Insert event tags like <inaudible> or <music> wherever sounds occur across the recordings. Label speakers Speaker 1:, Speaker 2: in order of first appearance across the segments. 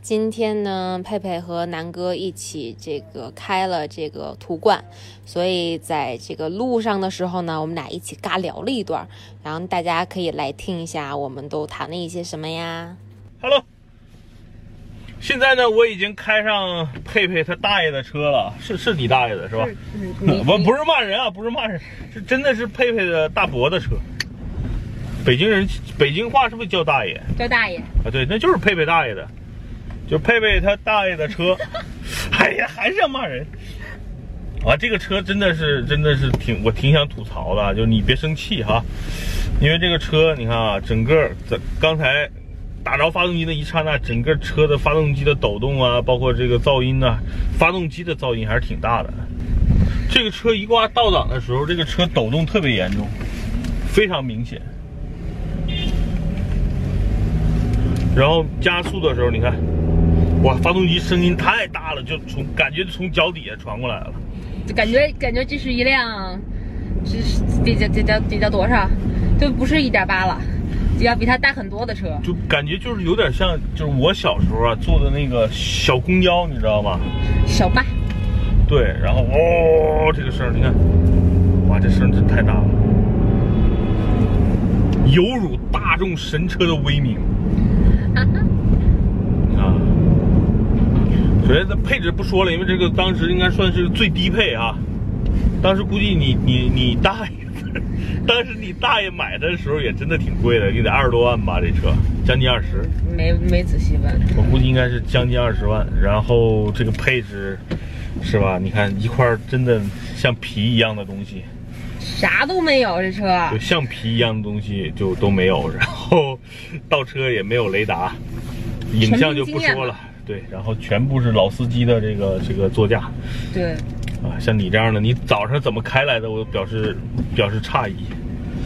Speaker 1: 今天呢，佩佩和南哥一起这个开了这个途观，所以在这个路上的时候呢，我们俩一起尬聊了一段，然后大家可以来听一下，我们都谈了一些什么呀？
Speaker 2: Hello，现在呢，我已经开上佩佩他大爷的车了，是是你大爷的是吧？我不是骂人啊，不是骂人，是真的是佩佩的大伯的车。北京人北京话是不是叫大爷
Speaker 3: 叫大爷，
Speaker 2: 啊？对，那就是佩佩大爷的，就佩佩他大爷的
Speaker 3: <laughs>
Speaker 2: 车。哎呀，还是要骂人。啊，这个车真的是真的是挺我挺想吐槽的啊，就是你别生气哈，因为这个车你看啊，整个在刚才打着发动机那一刹那，整个车的发动机的抖动啊，包括这个噪音呐、发动机的噪音还是挺大的。这个车一挂倒档的时候，这个车抖动特别严重，非常明显。然后加速的时候，你看，哇，发动机声音太大了，就从感觉从脚底下传过来了。
Speaker 3: 就感觉感觉这是一辆，这是这叫这叫这叫多少？就不是一点八了，就要比它大很多的车。
Speaker 2: 就感觉就是有点像，就是我小时候啊坐的那个小公交，你知道吗？
Speaker 3: 小 <laughs> 八，
Speaker 2: 对，然后哦，这个声儿，你看，哇，这声儿真太大了，有辱大众神车的威名啊！首先，它配置不说了，因为这个当时应该算是最低配啊。当时估计你你你大爷，当时你大爷买的时候也真的挺贵的，也得二十多万吧，这车将近二十。
Speaker 3: 没没仔细问。
Speaker 2: 我估计应该是将近二十万。然后这个配置，是吧？你看一块儿真的像皮一样的东西，
Speaker 3: 啥都没有，这车
Speaker 2: 就像皮一样的东西就都没有。然后倒车也没有雷达，影像就不说
Speaker 3: 全凭经验
Speaker 2: 了。对，然后全部是老司机的这个这个座驾
Speaker 3: 对
Speaker 2: 啊，像你这样的，你早上怎么开来的？我表示表示诧异。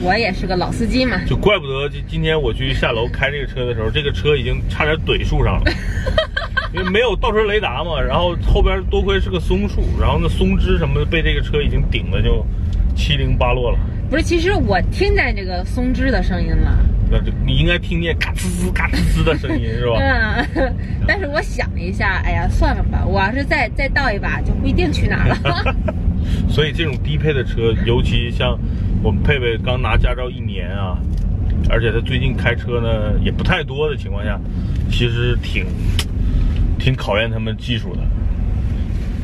Speaker 3: 我也是个老司机嘛，
Speaker 2: 就怪不得今今天我去下楼开这个车的时候，这个车已经差点怼树
Speaker 3: <laughs>
Speaker 2: 上了，因为没有倒车雷达嘛。然后后边多亏是个松树，然后那松枝什么的被这个车已经顶的就七零八落了。
Speaker 3: 不是？其实我听见这个松枝的声音了，
Speaker 2: 那就你应该听见嘎吱吱嘎吱吱的声音是吧？
Speaker 3: 嗯， <laughs> 但是我想了一下，哎呀，算了吧，我要是再再倒一把，就不一定去哪儿 <laughs> 了。
Speaker 2: 所以这种低配的车，尤其像我们佩佩刚拿驾照一年啊，而且他最近开车呢也不太多的情况下，其实挺挺考验他们技术的。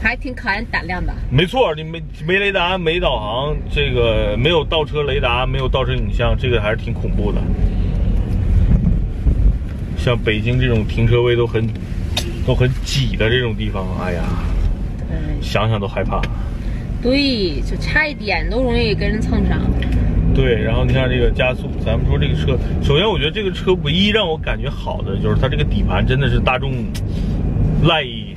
Speaker 3: 还挺考验胆量的。
Speaker 2: 没错，你没没雷达，没导航，这个没有倒车雷达，没有倒车影像，这个还是挺恐怖的。像北京这种停车位都很都很挤的这种地方，哎呀，
Speaker 3: 嗯，
Speaker 2: 想想都害怕。
Speaker 3: 对，就差一点都容易跟人蹭上。
Speaker 2: 对，然后你看这个加速，咱们说这个车，首先我觉得这个车唯一让我感觉好的就是它这个底盘真的是大众赖以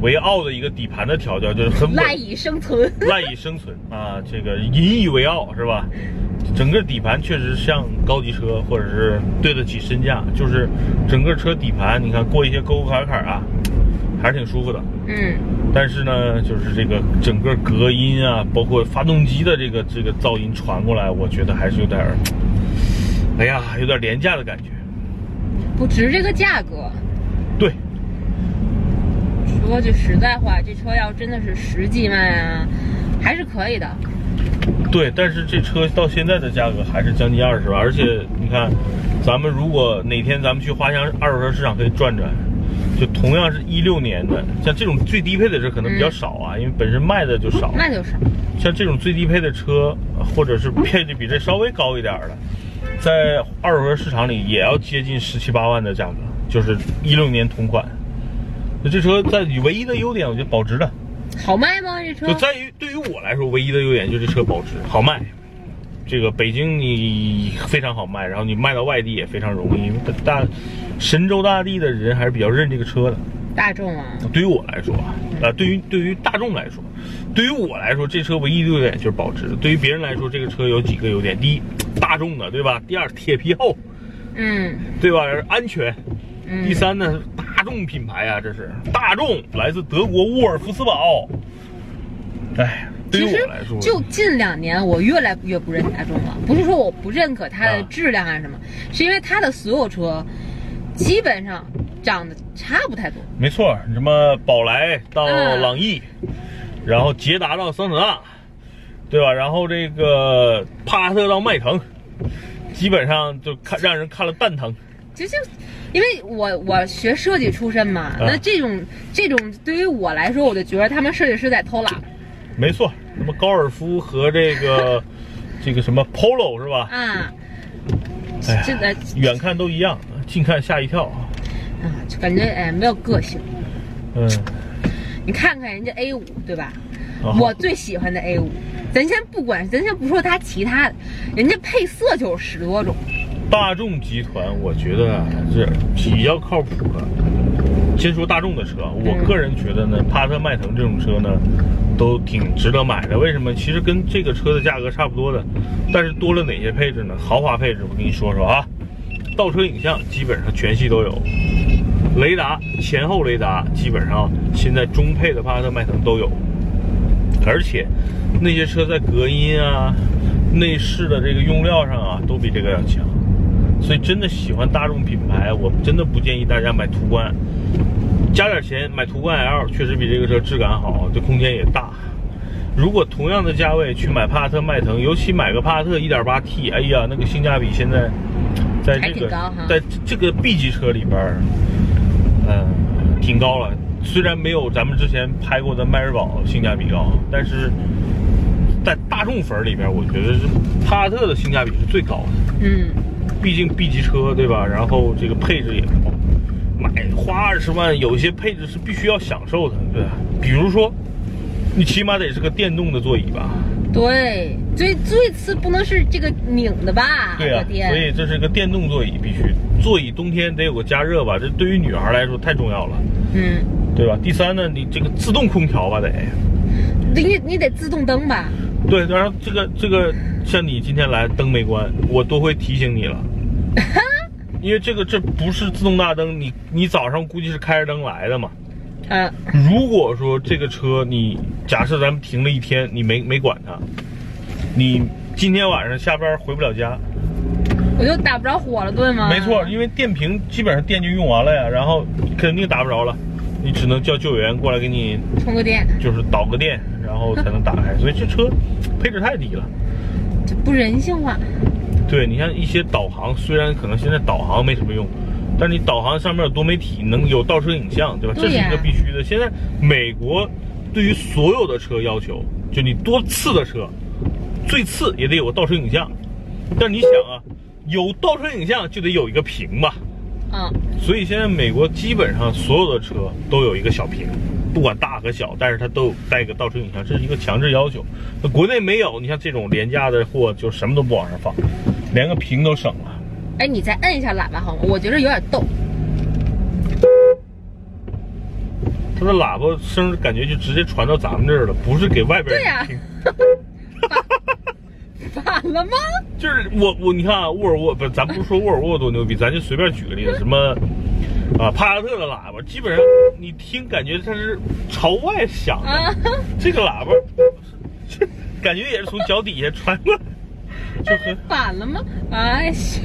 Speaker 2: 为傲的一个底盘的调教，就是很稳
Speaker 3: 赖以生存。
Speaker 2: 赖以生存啊，这个引以为傲是吧？整个底盘确实像高级车，或者是对得起身价，就是整个车底盘，你看过一些沟沟坎坎啊，还是挺舒服的。
Speaker 3: 嗯，
Speaker 2: 但是呢，就是这个整个隔音啊，包括发动机的这个这个噪音传过来，我觉得还是有点儿，哎呀，有点廉价的感觉。
Speaker 3: 不值这个价格。
Speaker 2: 对，
Speaker 3: 说句实在话，这车要真的是十几万啊，还是可以的。
Speaker 2: 对，但是这车到现在的价格还是将近二十万，而且你看，咱们如果哪天咱们去花乡二手车市场可以转转，就同样是一六年的，像这种最低配的车可能比较少啊，因为本身卖的就少。
Speaker 3: 那就是
Speaker 2: 像这种最低配的车，或者是配置比这稍微高一点儿的，在二手车市场里也要接近十七八万的价格，就是一六年同款。就这车在唯一的优点，我觉得保值的，
Speaker 3: 好卖吗？这车
Speaker 2: 就在于对于我来说，唯一的优点就是这车保值，好卖。这个北京你非常好卖，然后你卖到外地也非常容易，因为大神州大地的人还是比较认这个车的。
Speaker 3: 大众啊，
Speaker 2: 对于我来说啊，呃，对于对于大众来说，对于我来说，这车唯一的优点就是保值。对于别人来说，这个车有几个优点：第一，大众的，对吧？第二，铁皮厚，
Speaker 3: 嗯
Speaker 2: 对吧？安全。
Speaker 3: 嗯，
Speaker 2: 第三呢，大众品牌啊，这是大众，来自德国沃尔夫斯堡。哎，对于
Speaker 3: 其
Speaker 2: 我
Speaker 3: 实
Speaker 2: 来说，
Speaker 3: 就近两年，我越来越不认大众了。不是说我不认可它的
Speaker 2: 啊
Speaker 3: 质量啊什么，是因为它的所有车基本上长得差不太多。
Speaker 2: 没错，什么宝来到
Speaker 3: 嗯
Speaker 2: 朗逸，然后捷达到桑塔纳，对吧？然后这个帕萨特到迈腾，基本上就看让人看了蛋疼。
Speaker 3: 其实，因为我我学设计出身嘛，
Speaker 2: 啊
Speaker 3: 那这种这种对于我来说，我就觉得他们设计师在偷懒
Speaker 2: 没错，什么高尔夫和这个这个什么 Polo 是吧？
Speaker 3: 啊。
Speaker 2: 哎呀
Speaker 3: 这个
Speaker 2: 远看都一样，近看吓一跳。
Speaker 3: 啊，就感觉哎没有个性。
Speaker 2: 嗯，
Speaker 3: 你看看人家 A 五对吧？
Speaker 2: 啊
Speaker 3: 我最喜欢的 A 五，咱先不管，咱先不说它其他的，人家配色就有十多种。
Speaker 2: 大众集团，我觉得是比较靠谱的。先说大众的车，我个人觉得呢，帕萨特、迈腾这种车呢，都挺值得买的。为什么？其实跟这个车的价格差不多的，但是多了哪些配置呢？豪华配置，我跟你说说啊，倒车影像基本上全系都有，雷达前后雷达基本上现在中配的帕萨特、迈腾都有，而且那些车在隔音啊、内饰的这个用料上啊，都比这个要强。所以真的喜欢大众品牌，我真的不建议大家买途观，加点钱买途观 L，确实比这个车质感好，这空间也大。如果同样的价位去买帕萨特、迈腾，尤其买个帕萨特 1.8T，哎呀，那个性价比现在在
Speaker 3: 还
Speaker 2: 这
Speaker 3: 挺
Speaker 2: 个
Speaker 3: 高哈
Speaker 2: 在这个 B 级车里边儿，嗯、挺高了。虽然没有咱们之前拍过的迈锐宝性价比高，但是在大众粉儿里边儿，我觉得是帕萨特的性价比是最高的。
Speaker 3: 嗯，
Speaker 2: 毕竟 B 级车对吧？然后这个配置也高，买花二十万，有一些配置是必须要享受的，对吧？比如说，你起码得是个电动的座椅吧？
Speaker 3: 对，最最次不能是这个拧的吧？
Speaker 2: 对啊
Speaker 3: 我，天
Speaker 2: 所以这是个电动座椅，必须座椅冬天得有个加热吧？这对于女孩来说太重要了，
Speaker 3: 嗯，
Speaker 2: 对吧？第三呢，你这个自动空调吧得，
Speaker 3: 你你得自动灯吧？
Speaker 2: 对，然后这个这个像你今天来灯没关，我都会提醒你 <laughs> 了。因为这个这不是自动大灯，你你早上估计是开着灯来的嘛，
Speaker 3: 嗯，
Speaker 2: 如果说这个车你假设咱们停了一天，你没没管它，你今天晚上下班回不了家，
Speaker 3: 我就打不着火了，对吗？
Speaker 2: 没错，因为电瓶基本上电就用完了呀，然后肯定打不着了，你只能叫救援过来给你
Speaker 3: 充个电
Speaker 2: 就是导个电，然后才能打开。所以这车配置太低了。
Speaker 3: 就不人性化。
Speaker 2: 对你像一些导航，虽然可能现在导航没什么用，但你导航上面有多媒体，能有倒车影像，对吧？这
Speaker 3: 对
Speaker 2: 是
Speaker 3: 呀
Speaker 2: 一个必须的。现在美国对于所有的车要求，就你多次的车，最次也得有个倒车影像。但你想啊，有倒车影像就得有一个屏吧？
Speaker 3: 嗯，
Speaker 2: 所以现在美国基本上所有的车都有一个小屏，不管大和小，但是它都有带个倒车影像，这是一个强制要求。那国内没有，你像这种廉价的货就什么都不往上放，连个屏都省了。
Speaker 3: 哎，你再摁一下喇叭好吗？我觉得有点逗。 <laughs>
Speaker 2: 它的喇叭声感觉就直接传到咱们这儿了，不是给外边
Speaker 3: 对呀
Speaker 2: 人听。
Speaker 3: 反了吗？
Speaker 2: 就是我我你看啊，沃尔沃不是，咱不说沃尔沃多牛逼，咱就随便举个例子，什么啊帕萨特的喇叭，基本上你听感觉它是朝外响的，
Speaker 3: 啊，
Speaker 2: 这个喇叭， <laughs> 这感觉也是从脚底下传过来，就很
Speaker 3: 反了吗？哎， <laughs> 是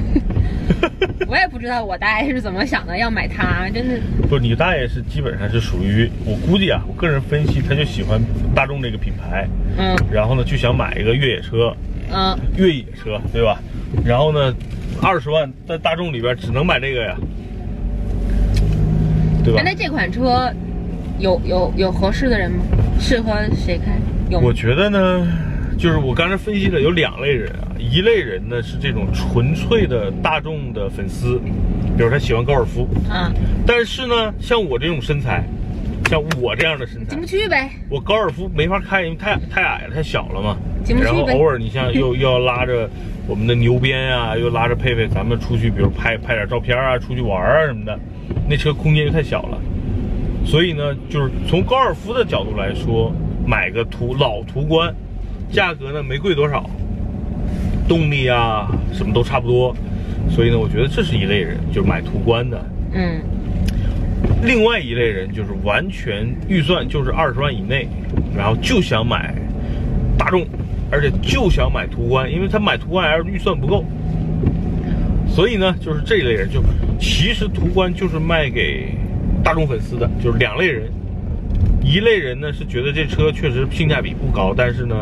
Speaker 3: 我也不知道我大爷是怎么想的，要买它，真的。
Speaker 2: 不是你大爷是基本上是属于我估计啊，我个人分析，他就喜欢大众这个品牌，
Speaker 3: 嗯
Speaker 2: 然后呢就想买一个越野车，
Speaker 3: 嗯，
Speaker 2: 越野车对吧？然后呢，二十万在大众里边只能买这个呀，对吧
Speaker 3: 哎，？那这款车有有有合适的人吗？适合谁开？有吗
Speaker 2: 我觉得呢，就是我刚才分析了有两类人啊，一类人呢是这种纯粹的大众的粉丝，比如他喜欢高尔夫，
Speaker 3: 啊，
Speaker 2: 但是呢，像我这种身材，像我这样的身材
Speaker 3: 进，不去呗。
Speaker 2: 我高尔夫没法开，因为太太矮了，太小了嘛。
Speaker 3: 进不去
Speaker 2: 然后
Speaker 3: 呗
Speaker 2: 偶尔你像又又要拉着我们的牛鞭啊，又拉着佩佩，咱们出去，比如拍拍点照片啊，出去玩啊什么的，那车空间又太小了。所以呢，就是从高尔夫的角度来说，买个途老途观，价格呢没贵多少，动力啊什么都差不多。所以呢，我觉得这是一类人，就是买途观的。
Speaker 3: 嗯，
Speaker 2: 另外一类人就是完全预算就是二十万以内，然后就想买大众，而且就想买途观，因为他买途观 L 预算不够，所以呢，就是这一类人就其实途观就是卖给大众粉丝的，就是两类人，一类人呢是觉得这车确实性价比不高，但是呢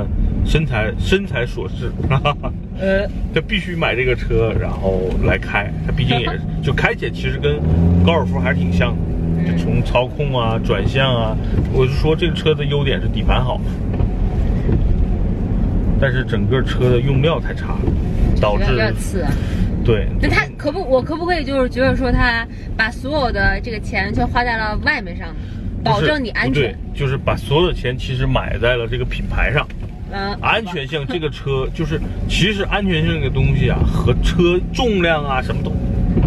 Speaker 2: 身材身材所致，哈哈哈。
Speaker 3: 呃，
Speaker 2: 他必须买这个车，然后来开。他毕竟
Speaker 3: <laughs>
Speaker 2: 也是，就开起来其实跟高尔夫还是挺像的，就从操控啊、转向啊，我就说这个车的优点是底盘好，但是整个车的用料太差了，导
Speaker 3: 有点有
Speaker 2: 致
Speaker 3: 点次啊。
Speaker 2: 对
Speaker 3: 那他可不，我可不可以就是觉得说他把所有的这个钱全花在了外面上，保证你安
Speaker 2: 不
Speaker 3: 全
Speaker 2: 对？，就是把所有的钱其实买在了这个品牌上。
Speaker 3: 嗯，
Speaker 2: 安全性这个车就是，其实安全性这个东西啊和车重量啊什么都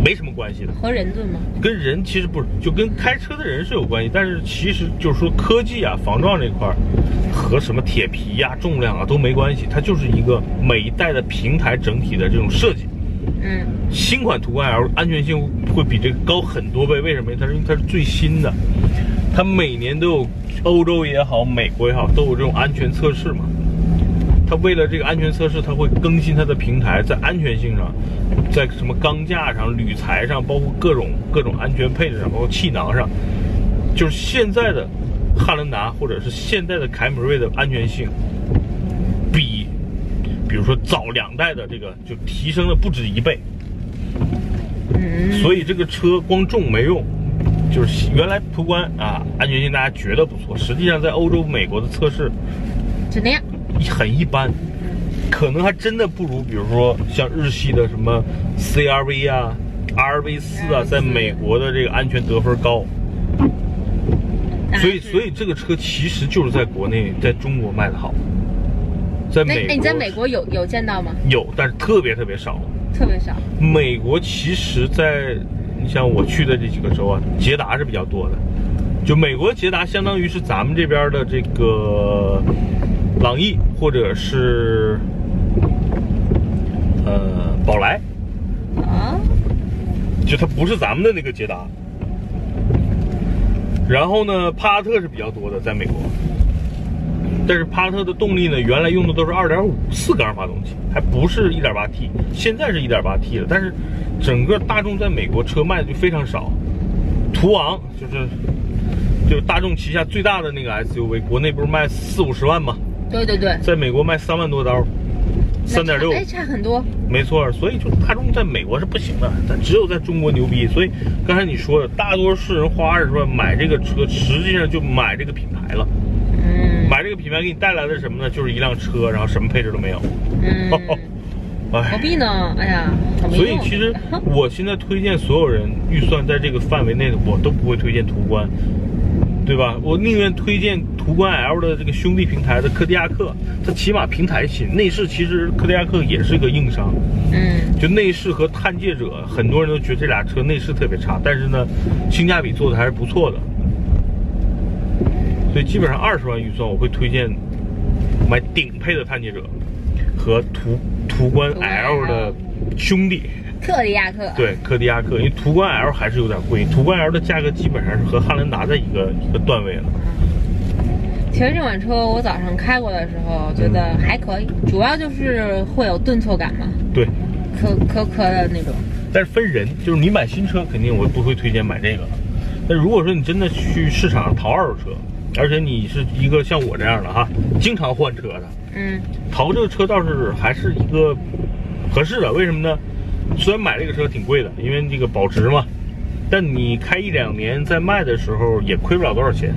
Speaker 2: 没什么关系的。
Speaker 3: 和人对吗？
Speaker 2: 跟人其实不是，就跟开车的人是有关系，但是其实就是说科技啊、防撞这块儿和什么铁皮呀、重量啊都没关系，它就是一个每一代的平台整体的这种设计。
Speaker 3: 嗯，
Speaker 2: 新款途观 L 安全性会比这个高很多倍，为什么？它是因为它是最新的，它每年都有欧洲也好、美国也好都有这种安全测试嘛。它为了这个安全测试，它会更新它的平台，在安全性上，在什么钢架上、铝材上，包括各种各种安全配置上，包括气囊上，就是现在的汉兰达或者是现在的凯美瑞的安全性，比比如说早两代的这个就提升了不止一倍。
Speaker 3: 嗯
Speaker 2: 所以这个车光重没用，就是原来途观啊安全性大家觉得不错，实际上在欧洲、美国的测试
Speaker 3: 就那样。
Speaker 2: 很一般，可能还真的不如比如说像日系的什么 CRV 啊、RV 四啊，在美国的这个安全得分高。所
Speaker 3: 啊
Speaker 2: 以，所以这个车其实就是在国内，在中国卖的好，在美
Speaker 3: 那那
Speaker 2: 国
Speaker 3: 你在美国有有见到吗？
Speaker 2: 有，但是特别特别少。
Speaker 3: 特别少。
Speaker 2: 美国其实在，你像我去的这几个州啊，捷达是比较多的。就美国捷达相当于是咱们这边的这个朗逸或者是呃宝来，
Speaker 3: 啊，
Speaker 2: 就它不是咱们的那个捷达。然后呢，帕萨特是比较多的，在美国。但是帕萨特的动力呢，原来用的都是2.5四缸发动机，还不是 1.8T，现在是 1.8T 了。但是整个大众在美国车卖的就非常少，途昂就是就是大众旗下最大的那个 SUV，国内不是卖四五十万吗？
Speaker 3: 对对对，
Speaker 2: 在美国卖三万多刀，三点六
Speaker 3: 那。差哎，差很多。
Speaker 2: 没错，所以就大众在美国是不行的，但只有在中国牛逼。所以刚才你说的，大多数人花二十万买这个车，实际上就买这个品牌了。
Speaker 3: 嗯
Speaker 2: 买这个品牌给你带来的是什么呢？就是一辆车，然后什么配置都没有。
Speaker 3: 嗯，何
Speaker 2: <laughs> 哎，
Speaker 3: 必呢？哎呀，好没
Speaker 2: 所
Speaker 3: 用
Speaker 2: 以其实我现在推荐所有人，预算在这个范围内的，我都不会推荐途观，对吧？我宁愿推荐途观 L 的这个兄弟平台的柯迪亚克，它起码平台新，内饰其实柯迪亚克也是个硬伤。
Speaker 3: 嗯
Speaker 2: 就内饰和探界者，很多人都觉得这俩车内饰特别差，但是呢，性价比做的还是不错的。所以基本上二十万预算，我会推荐买顶配的探界者和途途观 L 的兄弟，
Speaker 3: 特里亚克。
Speaker 2: 对柯迪亚克，因为途观 L 还是有点贵，途观 L 的价格基本上是和汉兰达在一个一个段位了。
Speaker 3: 其实这款车我早上开过的时候觉
Speaker 2: 嗯
Speaker 3: 得还可以，主要就是会有顿挫感嘛，
Speaker 2: 对，
Speaker 3: 磕磕磕的那种。
Speaker 2: 但是分人，就是你买新车肯定我不会推荐买这个。但如果说你真的去市场上淘二手车，而且你是一个像我这样的哈，经常换车的，
Speaker 3: 嗯，
Speaker 2: 淘这个车倒是还是一个合适的。为什么呢？虽然买这个车挺贵的，因为这个保值嘛，但你开一两年再卖的时候也亏不了多少钱。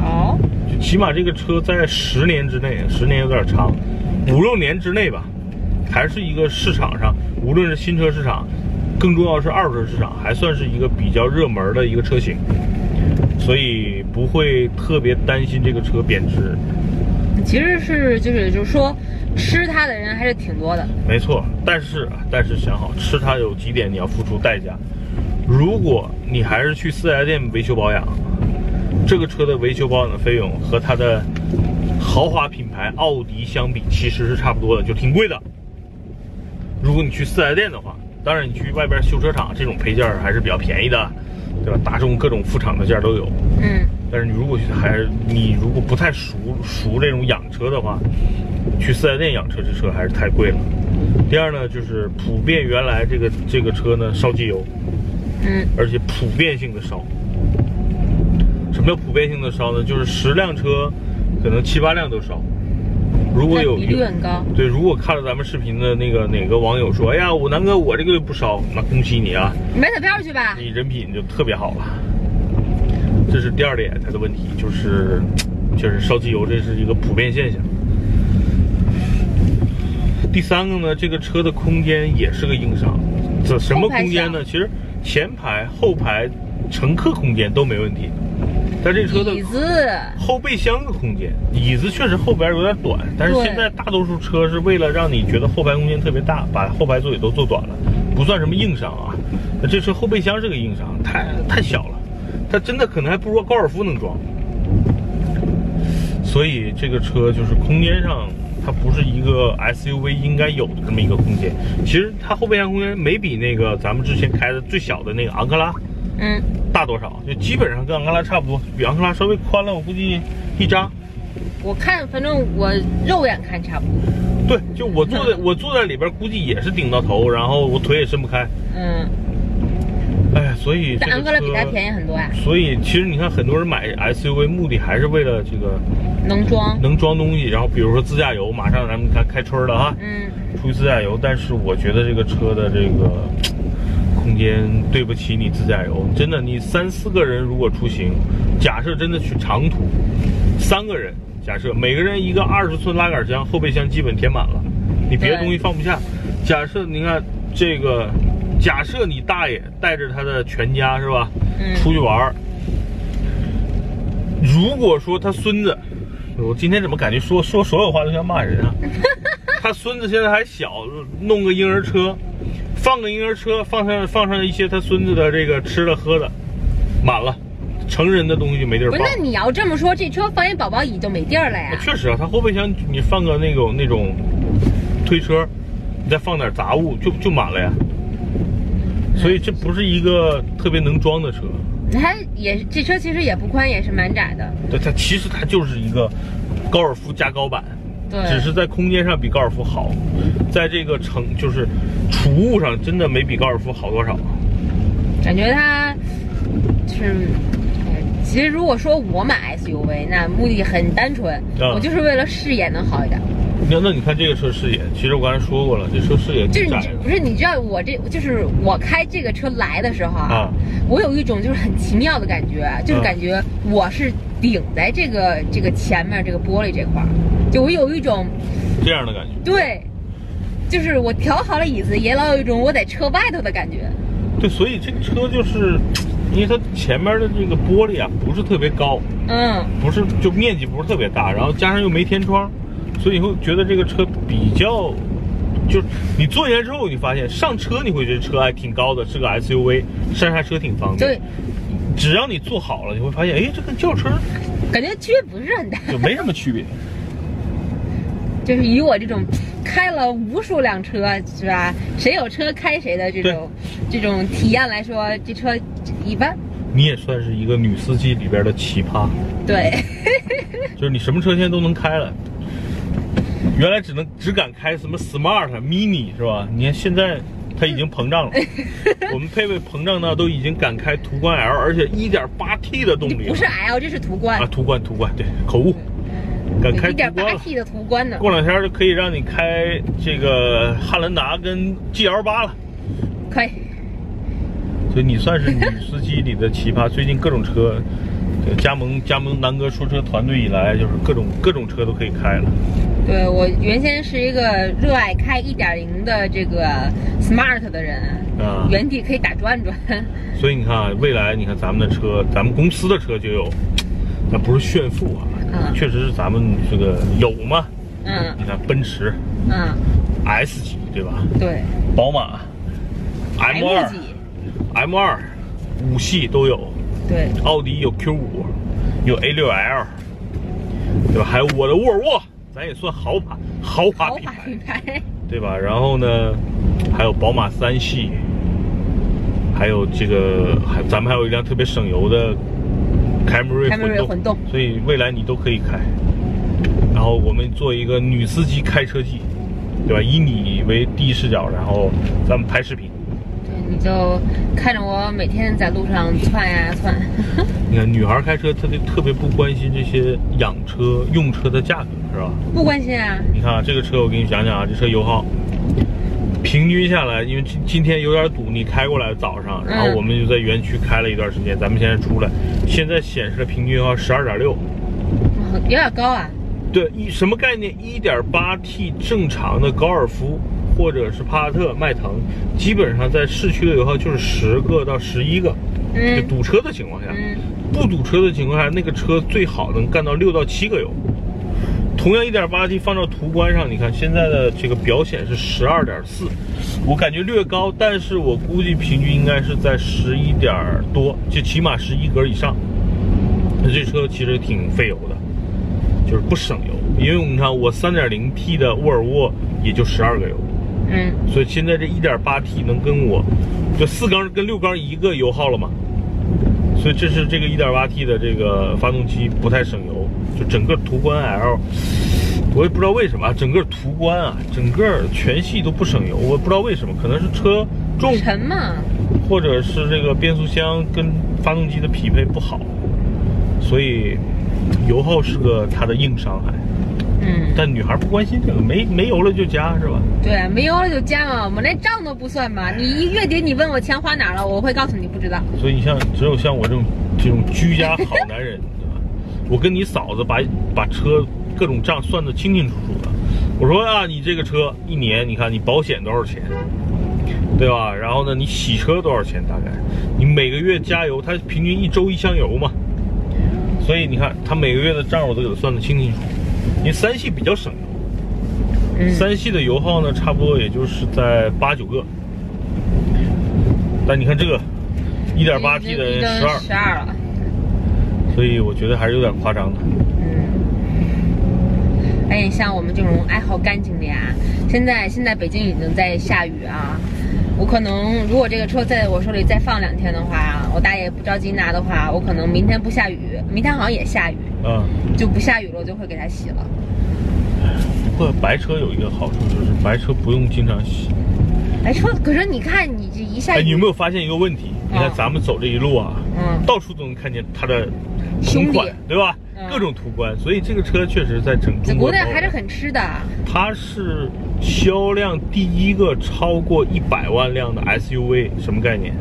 Speaker 3: 哦，
Speaker 2: 就起码这个车在十年之内，十年有点长，五六年之内吧，还是一个市场上，无论是新车市场，更重要是二手车市场，还算是一个比较热门的一个车型，所以不会特别担心这个车贬值。
Speaker 3: 其实是就是就是说，吃它的人还是挺多的。
Speaker 2: 没错，但是啊但是想好，吃它有几点你要付出代价。如果你还是去四 S 店维修保养，这个车的维修保养的费用和它的豪华品牌奥迪相比，其实是差不多的，就挺贵的。如果你去四 S 店的话，当然你去外边修车厂这种配件儿还是比较便宜的，对吧？大众各种副厂的件儿都有，
Speaker 3: 嗯，
Speaker 2: 但是你如果去还是你如果不太熟熟这种养车的话，去四 S 店养车这车还是太贵了。第二呢，就是普遍原来这个这个车呢烧机油，
Speaker 3: 嗯，
Speaker 2: 而且普遍性的烧。什么叫普遍性的烧呢？就是十辆车，可能七八辆都烧。如果
Speaker 3: 那
Speaker 2: 有
Speaker 3: 比率很高。
Speaker 2: 对，如果看了咱们视频的那个哪个网友说，哎呀，我南哥我这个就不烧，那恭喜你啊，
Speaker 3: 你买彩票去吧。
Speaker 2: 你人品就特别好了。这是第二点，它的问题就是，确实烧机油这是一个普遍现象。第三个呢，这个车的空间也是个硬伤，这什么空间
Speaker 3: 后排
Speaker 2: 呢？
Speaker 3: 小
Speaker 2: 其实前排、后排、乘客空间都没问题，但这车的
Speaker 3: 椅子，
Speaker 2: 后备箱的空间，椅子确实后边有点短，但是
Speaker 3: 对
Speaker 2: 现在大多数车是为了让你觉得后排空间特别大，把后排座椅都做短了，不算什么硬伤啊。那这车后备箱是个硬伤，啊太太小了，它真的可能还不如高尔夫能装。所以这个车就是空间上，它不是一个 SUV 应该有的这么一个空间。其实它后备箱空间没比那个咱们之前开的最小的那个昂克拉
Speaker 3: 嗯，
Speaker 2: 大多少，就基本上跟昂克拉差不多，比昂克拉稍微宽了，我估计一扎。
Speaker 3: 我看，反正我肉眼看差不多。
Speaker 2: 对，就我坐在我坐在里边，估计也是顶到头，然后我腿也伸不开。
Speaker 3: 嗯，
Speaker 2: 哎，所以这
Speaker 3: 但
Speaker 2: 个
Speaker 3: 昂格拉比它
Speaker 2: 车
Speaker 3: 便宜很多呀、
Speaker 2: 所以其实你看，很多人买 SUV 目的还是为了这个
Speaker 3: 能装。
Speaker 2: 能装东西，然后比如说自驾游，马上咱们开开春了哈，
Speaker 3: 嗯，
Speaker 2: 出去自驾游。但是我觉得这个车的这个空间对不起你自驾游，真的，你三四个人如果出行，假设真的去长途，三个人，假设每个人一个二十寸拉杆箱，后备箱基本填满了，你别的
Speaker 3: 对
Speaker 2: 东西放不下。假设你看这个，假设你大爷带着他的全家是吧，
Speaker 3: 嗯
Speaker 2: 出去玩儿。如果说他孙子，我今天怎么感觉说说所有话都像骂人啊？他孙子现在还小，弄个婴儿车，放个婴儿车，放上放上一些他孙子的这个吃的喝的，满了，成人的东西就没地儿
Speaker 3: 不
Speaker 2: 放
Speaker 3: 是，。那你要这么说，这车放一宝宝椅就没地儿了呀？
Speaker 2: 确实啊，它后备箱你放个那种那种推车，你再放点杂物，就就满了呀。所以这不是一个特别能装的车，
Speaker 3: 它也这车其实也不宽，也是蛮窄的。
Speaker 2: 对它其实它就是一个高尔夫加高版，
Speaker 3: 对，
Speaker 2: 只是在空间上比高尔夫好，在这个成就是储物上真的没比高尔夫好多少。啊
Speaker 3: 感觉它就是。哎其实如果说我买 SUV，那目的很单纯，
Speaker 2: 啊
Speaker 3: 我就是为了视野能好一点。
Speaker 2: 那那你看这个车视野，其实我刚才说过了，这车视野
Speaker 3: 就是
Speaker 2: 挺
Speaker 3: 你
Speaker 2: 窄
Speaker 3: 知
Speaker 2: 的
Speaker 3: 不是你知道我这就是我开这个车来的时候
Speaker 2: 啊，
Speaker 3: 我有一种就是很奇妙的感觉，就是
Speaker 2: 嗯
Speaker 3: 感觉我是顶在这个这个前面这个玻璃这块儿，就我有一种
Speaker 2: 这样的感觉。
Speaker 3: 对，就是我调好了椅子，也老有一种我在车外头的感觉。
Speaker 2: 对，所以这个车就是，因为它前面的这个玻璃啊不是特别高，
Speaker 3: 嗯，
Speaker 2: 不是就面积不是特别大，然后加上又没天窗，所以你会觉得这个车比较，就是你坐下来之后，你发现上车你会觉得车还挺高的，是个 SUV，上下车挺方便。
Speaker 3: 对，
Speaker 2: 只要你坐好了，你会发现，哎，这跟轿车
Speaker 3: 感觉区别不是很大，
Speaker 2: 就没什么区别。
Speaker 3: 就是以我这种开了无数辆车是吧，谁有车开谁的这种这种体验来说，这车一般。
Speaker 2: 你也算是一个女司机里边的奇葩，
Speaker 3: 对，
Speaker 2: 就是你什么车现在都能开了。原来只能只敢开什么 Smart、Mini 是吧？你看现在它已经膨
Speaker 3: <laughs>
Speaker 2: 胀了，我们佩佩膨胀到都已经敢开途观 L，而且 1.8T 的动
Speaker 3: 这
Speaker 2: 力了
Speaker 3: 不是 L，这是途观
Speaker 2: 啊，。途观途观对，口误，敢开
Speaker 3: 一点
Speaker 2: 途观
Speaker 3: 八
Speaker 2: 了。
Speaker 3: T 的途观呢，
Speaker 2: 过两天就可以让你开这个汉兰达跟 GL 八了，
Speaker 3: 可以。
Speaker 2: 所以你算是女司机里的奇葩。最近各种车，呃加盟加盟南哥说车团队以来，就是各种各种车都可以开了。
Speaker 3: 对我原先是一个热爱开1.0的这个 smart 的人，
Speaker 2: 啊
Speaker 3: 原地可以打转转。 <laughs>
Speaker 2: 所以你看啊，未来你看咱们的车，咱们公司的车就有，那不是炫富啊，
Speaker 3: 嗯
Speaker 2: 确实是咱们这个有嘛。
Speaker 3: 嗯
Speaker 2: 你看奔驰
Speaker 3: 嗯，
Speaker 2: S 级对吧？
Speaker 3: 对
Speaker 2: 宝马 M 二
Speaker 3: M 几，
Speaker 2: M 二五系都有，
Speaker 3: 对
Speaker 2: 奥迪有 Q 五，有 A 六 L，对吧？还有我的沃尔沃，咱也算豪华豪华
Speaker 3: 豪
Speaker 2: 品
Speaker 3: 华
Speaker 2: 牌，
Speaker 3: 品牌，
Speaker 2: 对吧？然后呢，还有宝马三系，还有这个还咱们还有一辆特别省油的凯美瑞
Speaker 3: 凯美瑞混动
Speaker 2: 所以未来你都可以开。然后我们做一个女司机开车记，对吧？以你为第一视角，然后咱们拍视频。
Speaker 3: 对，你就看着我每天在路上窜呀窜， <laughs>
Speaker 2: 你看，女孩开车，她就特别不关心这些养车、用车的价格，是吧？
Speaker 3: 不关心啊。
Speaker 2: 你看啊，这个车我给你讲讲啊，这车油耗，平均下来，因为今今天有点堵，你开过来早上，然后
Speaker 3: 嗯
Speaker 2: 我们就在园区开了一段时间，咱们现在出来，现在显示的平均油耗十二点六，
Speaker 3: 嗯有点高啊，
Speaker 2: 对，一什么概念？一点八 T 正常的高尔夫或者是帕萨特、迈腾，基本上在市区的油耗就是十个到十一个，就
Speaker 3: 嗯
Speaker 2: 堵车的情况下，
Speaker 3: 嗯，
Speaker 2: 不堵车的情况下，那个车最好能干到六到七个油。同样一点八 T 放到途观上，你看现在的这个表显是十二点四，我感觉略高，但是我估计平均应该是在十一点多，就起码十一格以上。那这车其实挺费油的，就是不省油，因为你看我三点零 T 的沃尔沃也就十二个油，
Speaker 3: 嗯
Speaker 2: 所以现在这一点八 T 能跟我就四缸跟六缸一个油耗了嘛，所以这是这个一点八 T 的这个发动机不太省油，就整个途观 L，我也不知道为什么啊，整个途观啊，整个全系都不省油，我不知道为什么，可能是车重，
Speaker 3: 沉嘛，
Speaker 2: 或者是这个变速箱跟发动机的匹配不好，所以油耗是个它的硬伤害。
Speaker 3: 嗯，
Speaker 2: 但女孩不关心这个，没没油了就加是吧？
Speaker 3: 对，啊没油了就加嘛，我们连账都不算嘛。你一月底你问我钱花哪儿了，我会告诉你不知道。
Speaker 2: 所以你像只有像我这种这种居家好男人， <laughs> 对吧？我跟你嫂子把把车各种账算得清清楚楚的。我说啊，你这个车一年，你看你保险多少钱，对吧？然后呢，你洗车多少钱大概？你每个月加油，它平均一周一箱油嘛。所以你看，他每个月的账我都给他算得清清楚。楚。因为三系比较省油，
Speaker 3: 嗯，
Speaker 2: 三系的油耗呢，差不多也就是在八九个。但你看这个，一点八 T 的
Speaker 3: 已经
Speaker 2: 十二，
Speaker 3: 十二了，
Speaker 2: 所以我觉得还是有点夸张的。
Speaker 3: 嗯。哎，像我们这种爱好干净的呀，现在现在北京已经在下雨啊。我可能如果这个车在我手里再放两天的话，我大爷不着急拿的话，我可能明天不下雨，明天好像也下雨，
Speaker 2: 嗯，
Speaker 3: 就不下雨了，我就会给它洗了。
Speaker 2: 不过白车有一个好处就是白车不用经常洗。
Speaker 3: 哎，车，可是你看你这一下
Speaker 2: 哎，
Speaker 3: 雨，
Speaker 2: 你有没有发现一个问题？你看
Speaker 3: 嗯
Speaker 2: 咱们走这一路啊，
Speaker 3: 嗯，
Speaker 2: 到处都能看见它的同
Speaker 3: 兄弟
Speaker 2: 款，对吧？
Speaker 3: 嗯
Speaker 2: 各种途观，所以这个车确实在整
Speaker 3: 在
Speaker 2: 中国
Speaker 3: 国内
Speaker 2: 都
Speaker 3: 还是很吃的。
Speaker 2: 它是销量第一个超过一百万辆的 SUV，什么概念？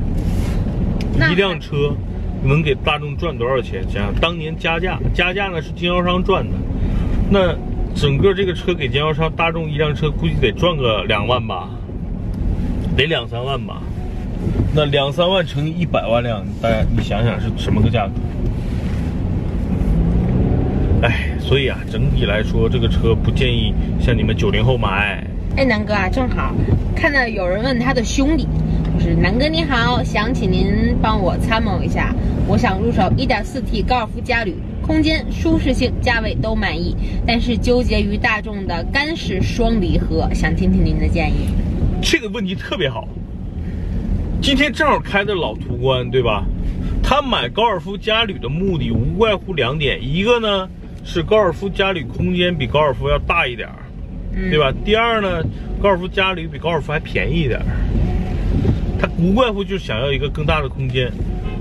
Speaker 3: 那
Speaker 2: 一辆车能给大众赚多少钱？想想当年加价，加价呢是经销商赚的，那整个这个车给经销商，大众一辆车估计得赚个两万吧，得两三万吧。那两三万乘以一百万辆，大家你想想是什么个价格？哎，所以啊，整体来说，这个车不建议像你们九零后买。
Speaker 3: 哎，南哥啊，正好看到有人问他的兄弟，就是南哥你好，想请您帮我参谋一下，我想入手 1.4T 高尔夫嘉旅，空间、舒适性、价位都满意，但是纠结于大众的干式双离合，想听听您的建议。
Speaker 2: 这个问题特别好。今天正好开的老途观，对吧？他买高尔夫嘉旅的目的无外乎两点，一个呢是高尔夫嘉旅空间比高尔夫要大一点儿，
Speaker 3: 嗯，
Speaker 2: 对？吧？第二呢，高尔夫嘉旅比高尔夫还便宜一点儿。他无外乎就是想要一个更大的空间。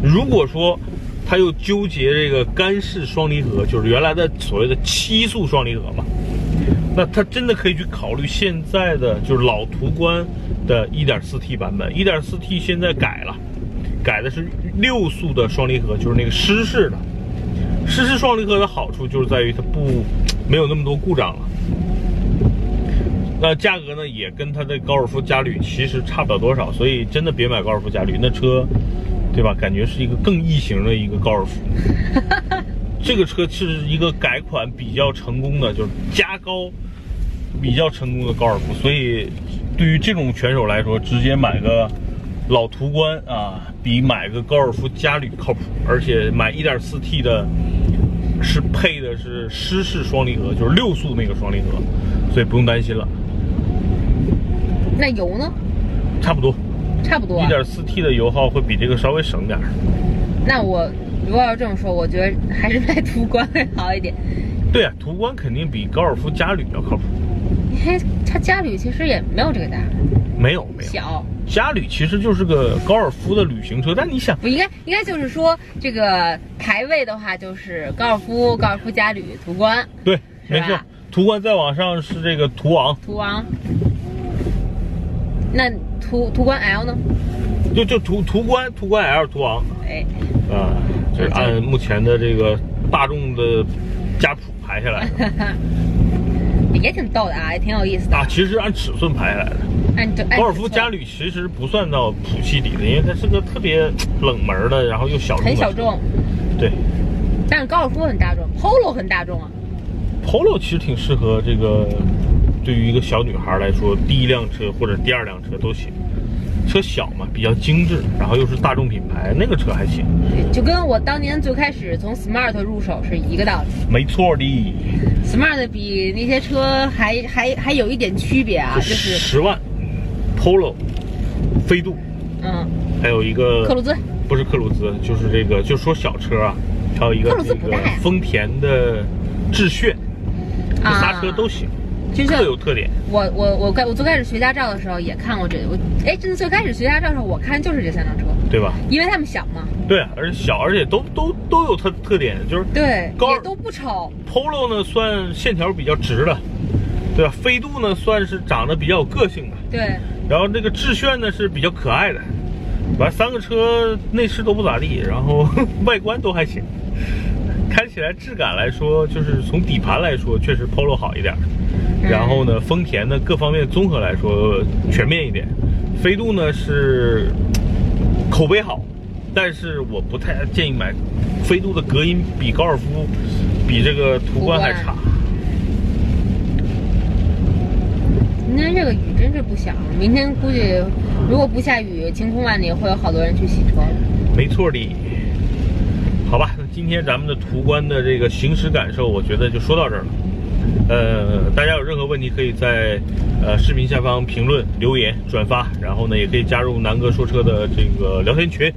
Speaker 2: 如果说他又纠结这个干式双离合，就是原来的所谓的七速双离合嘛，那他真的可以去考虑现在的就是老途观的 1.4T 版本，1.4T 现在改了，改的是六速的双离合，就是那个湿式的。湿式双离合的好处就是在于它不没有那么多故障了。那价格呢，也跟它的高尔夫嘉旅其实差不了多少，所以真的别买高尔夫嘉旅，那车，对吧？感觉是一个更异形的一个高尔夫。这个车是一个改款比较成功的，就是加高比较成功的高尔夫，所以对于这种选手来说，直接买个老途观啊，比买个高尔夫嘉旅靠谱，而且买 1.4T 的是配的是湿式双离合，就是六速那个双离合，所以不用担心了，
Speaker 3: 那油呢？
Speaker 2: 差不多。
Speaker 3: 差不多啊。
Speaker 2: 1.4T 的油耗会比这个稍微省点儿，
Speaker 3: 那我如果要这么说，我觉得还是买途观会好一点。
Speaker 2: 对啊，途观肯定比高尔夫嘉旅要靠谱。
Speaker 3: 嘿，它嘉旅其实也没有这个大，
Speaker 2: 没有没有，
Speaker 3: 小
Speaker 2: 嘉旅其实就是个高尔夫的旅行车，但你想，
Speaker 3: 不应该应该就是说这个排位的话，就是高尔夫、高尔夫嘉旅、途观、
Speaker 2: 对，没
Speaker 3: 是
Speaker 2: 错
Speaker 3: 吧，
Speaker 2: 途观再往上是这个途昂，
Speaker 3: 途昂。那途途观 L 呢？
Speaker 2: 就就途途观途观 L 途昂
Speaker 3: 哎，
Speaker 2: 啊，就是按目前的这个大众的家谱排下来的
Speaker 3: 也挺逗的啊，也挺有意思的。
Speaker 2: 啊，其实按尺寸排下来
Speaker 3: <laughs>
Speaker 2: 的。
Speaker 3: 按这按
Speaker 2: 高尔夫
Speaker 3: 哎尺寸
Speaker 2: 嘉旅其实不算到谱系里的，因为它是个特别冷门的，然后又小众的
Speaker 3: 很小众，
Speaker 2: 对
Speaker 3: 但是高尔夫很大众，Polo 很大众啊。
Speaker 2: ，Polo 其实挺适合这个，对于一个小女孩来说，第一辆车或者第二辆车都行。车小嘛，比较精致，然后又是大众品牌，那个车还行。
Speaker 3: 就跟我当年最开始从 Smart 入手是一个道理。
Speaker 2: 没错的，
Speaker 3: Smart 比那些车还还还有一点区别啊，就是
Speaker 2: 十万，Polo、飞度，
Speaker 3: 嗯，
Speaker 2: 还有一个
Speaker 3: 克鲁兹
Speaker 2: 不是克鲁兹，就是这个，就说小车啊，还有一个
Speaker 3: 克鲁兹
Speaker 2: 那
Speaker 3: 不
Speaker 2: 个
Speaker 3: 大呀
Speaker 2: 丰田的致炫，这
Speaker 3: 啊
Speaker 2: 仨车都行，
Speaker 3: 就
Speaker 2: 各
Speaker 3: 是
Speaker 2: 有特点。
Speaker 3: 我我我开我最开始学驾照的时候也看过这个，我哎真的最开始学驾照的时候我看就是这三辆车，
Speaker 2: 对吧？
Speaker 3: 因为他们小嘛，
Speaker 2: 对啊，而且小，而且都都都有特特点，就是
Speaker 3: 对，
Speaker 2: 高尔
Speaker 3: 也都不丑，
Speaker 2: Polo 呢算线条比较直的，对吧？飞度呢算是长得比较有个性的，
Speaker 3: 对，
Speaker 2: 然后那个致炫呢是比较可爱的，完三个车内饰都不咋地，然后 <laughs> 外观都还行，开起来质感来说，就是从底盘来说确实 Polo 好一点，然后呢丰田的各方面综合来说全面一点，飞度呢是口碑好，但是我不太建议买，飞度的隔音比高尔夫比这个途观还差
Speaker 3: 途，今天这个雨真是不小，明天估计如果不下雨，晴空万里会有好多人去洗车。
Speaker 2: 没错的。好吧，那今天咱们的途观的这个行驶感受，我觉得就说到这儿了。呃，大家有任何问题可以在呃视频下方评论、留言、转发，然后呢，也可以加入南哥说车的这个聊天群，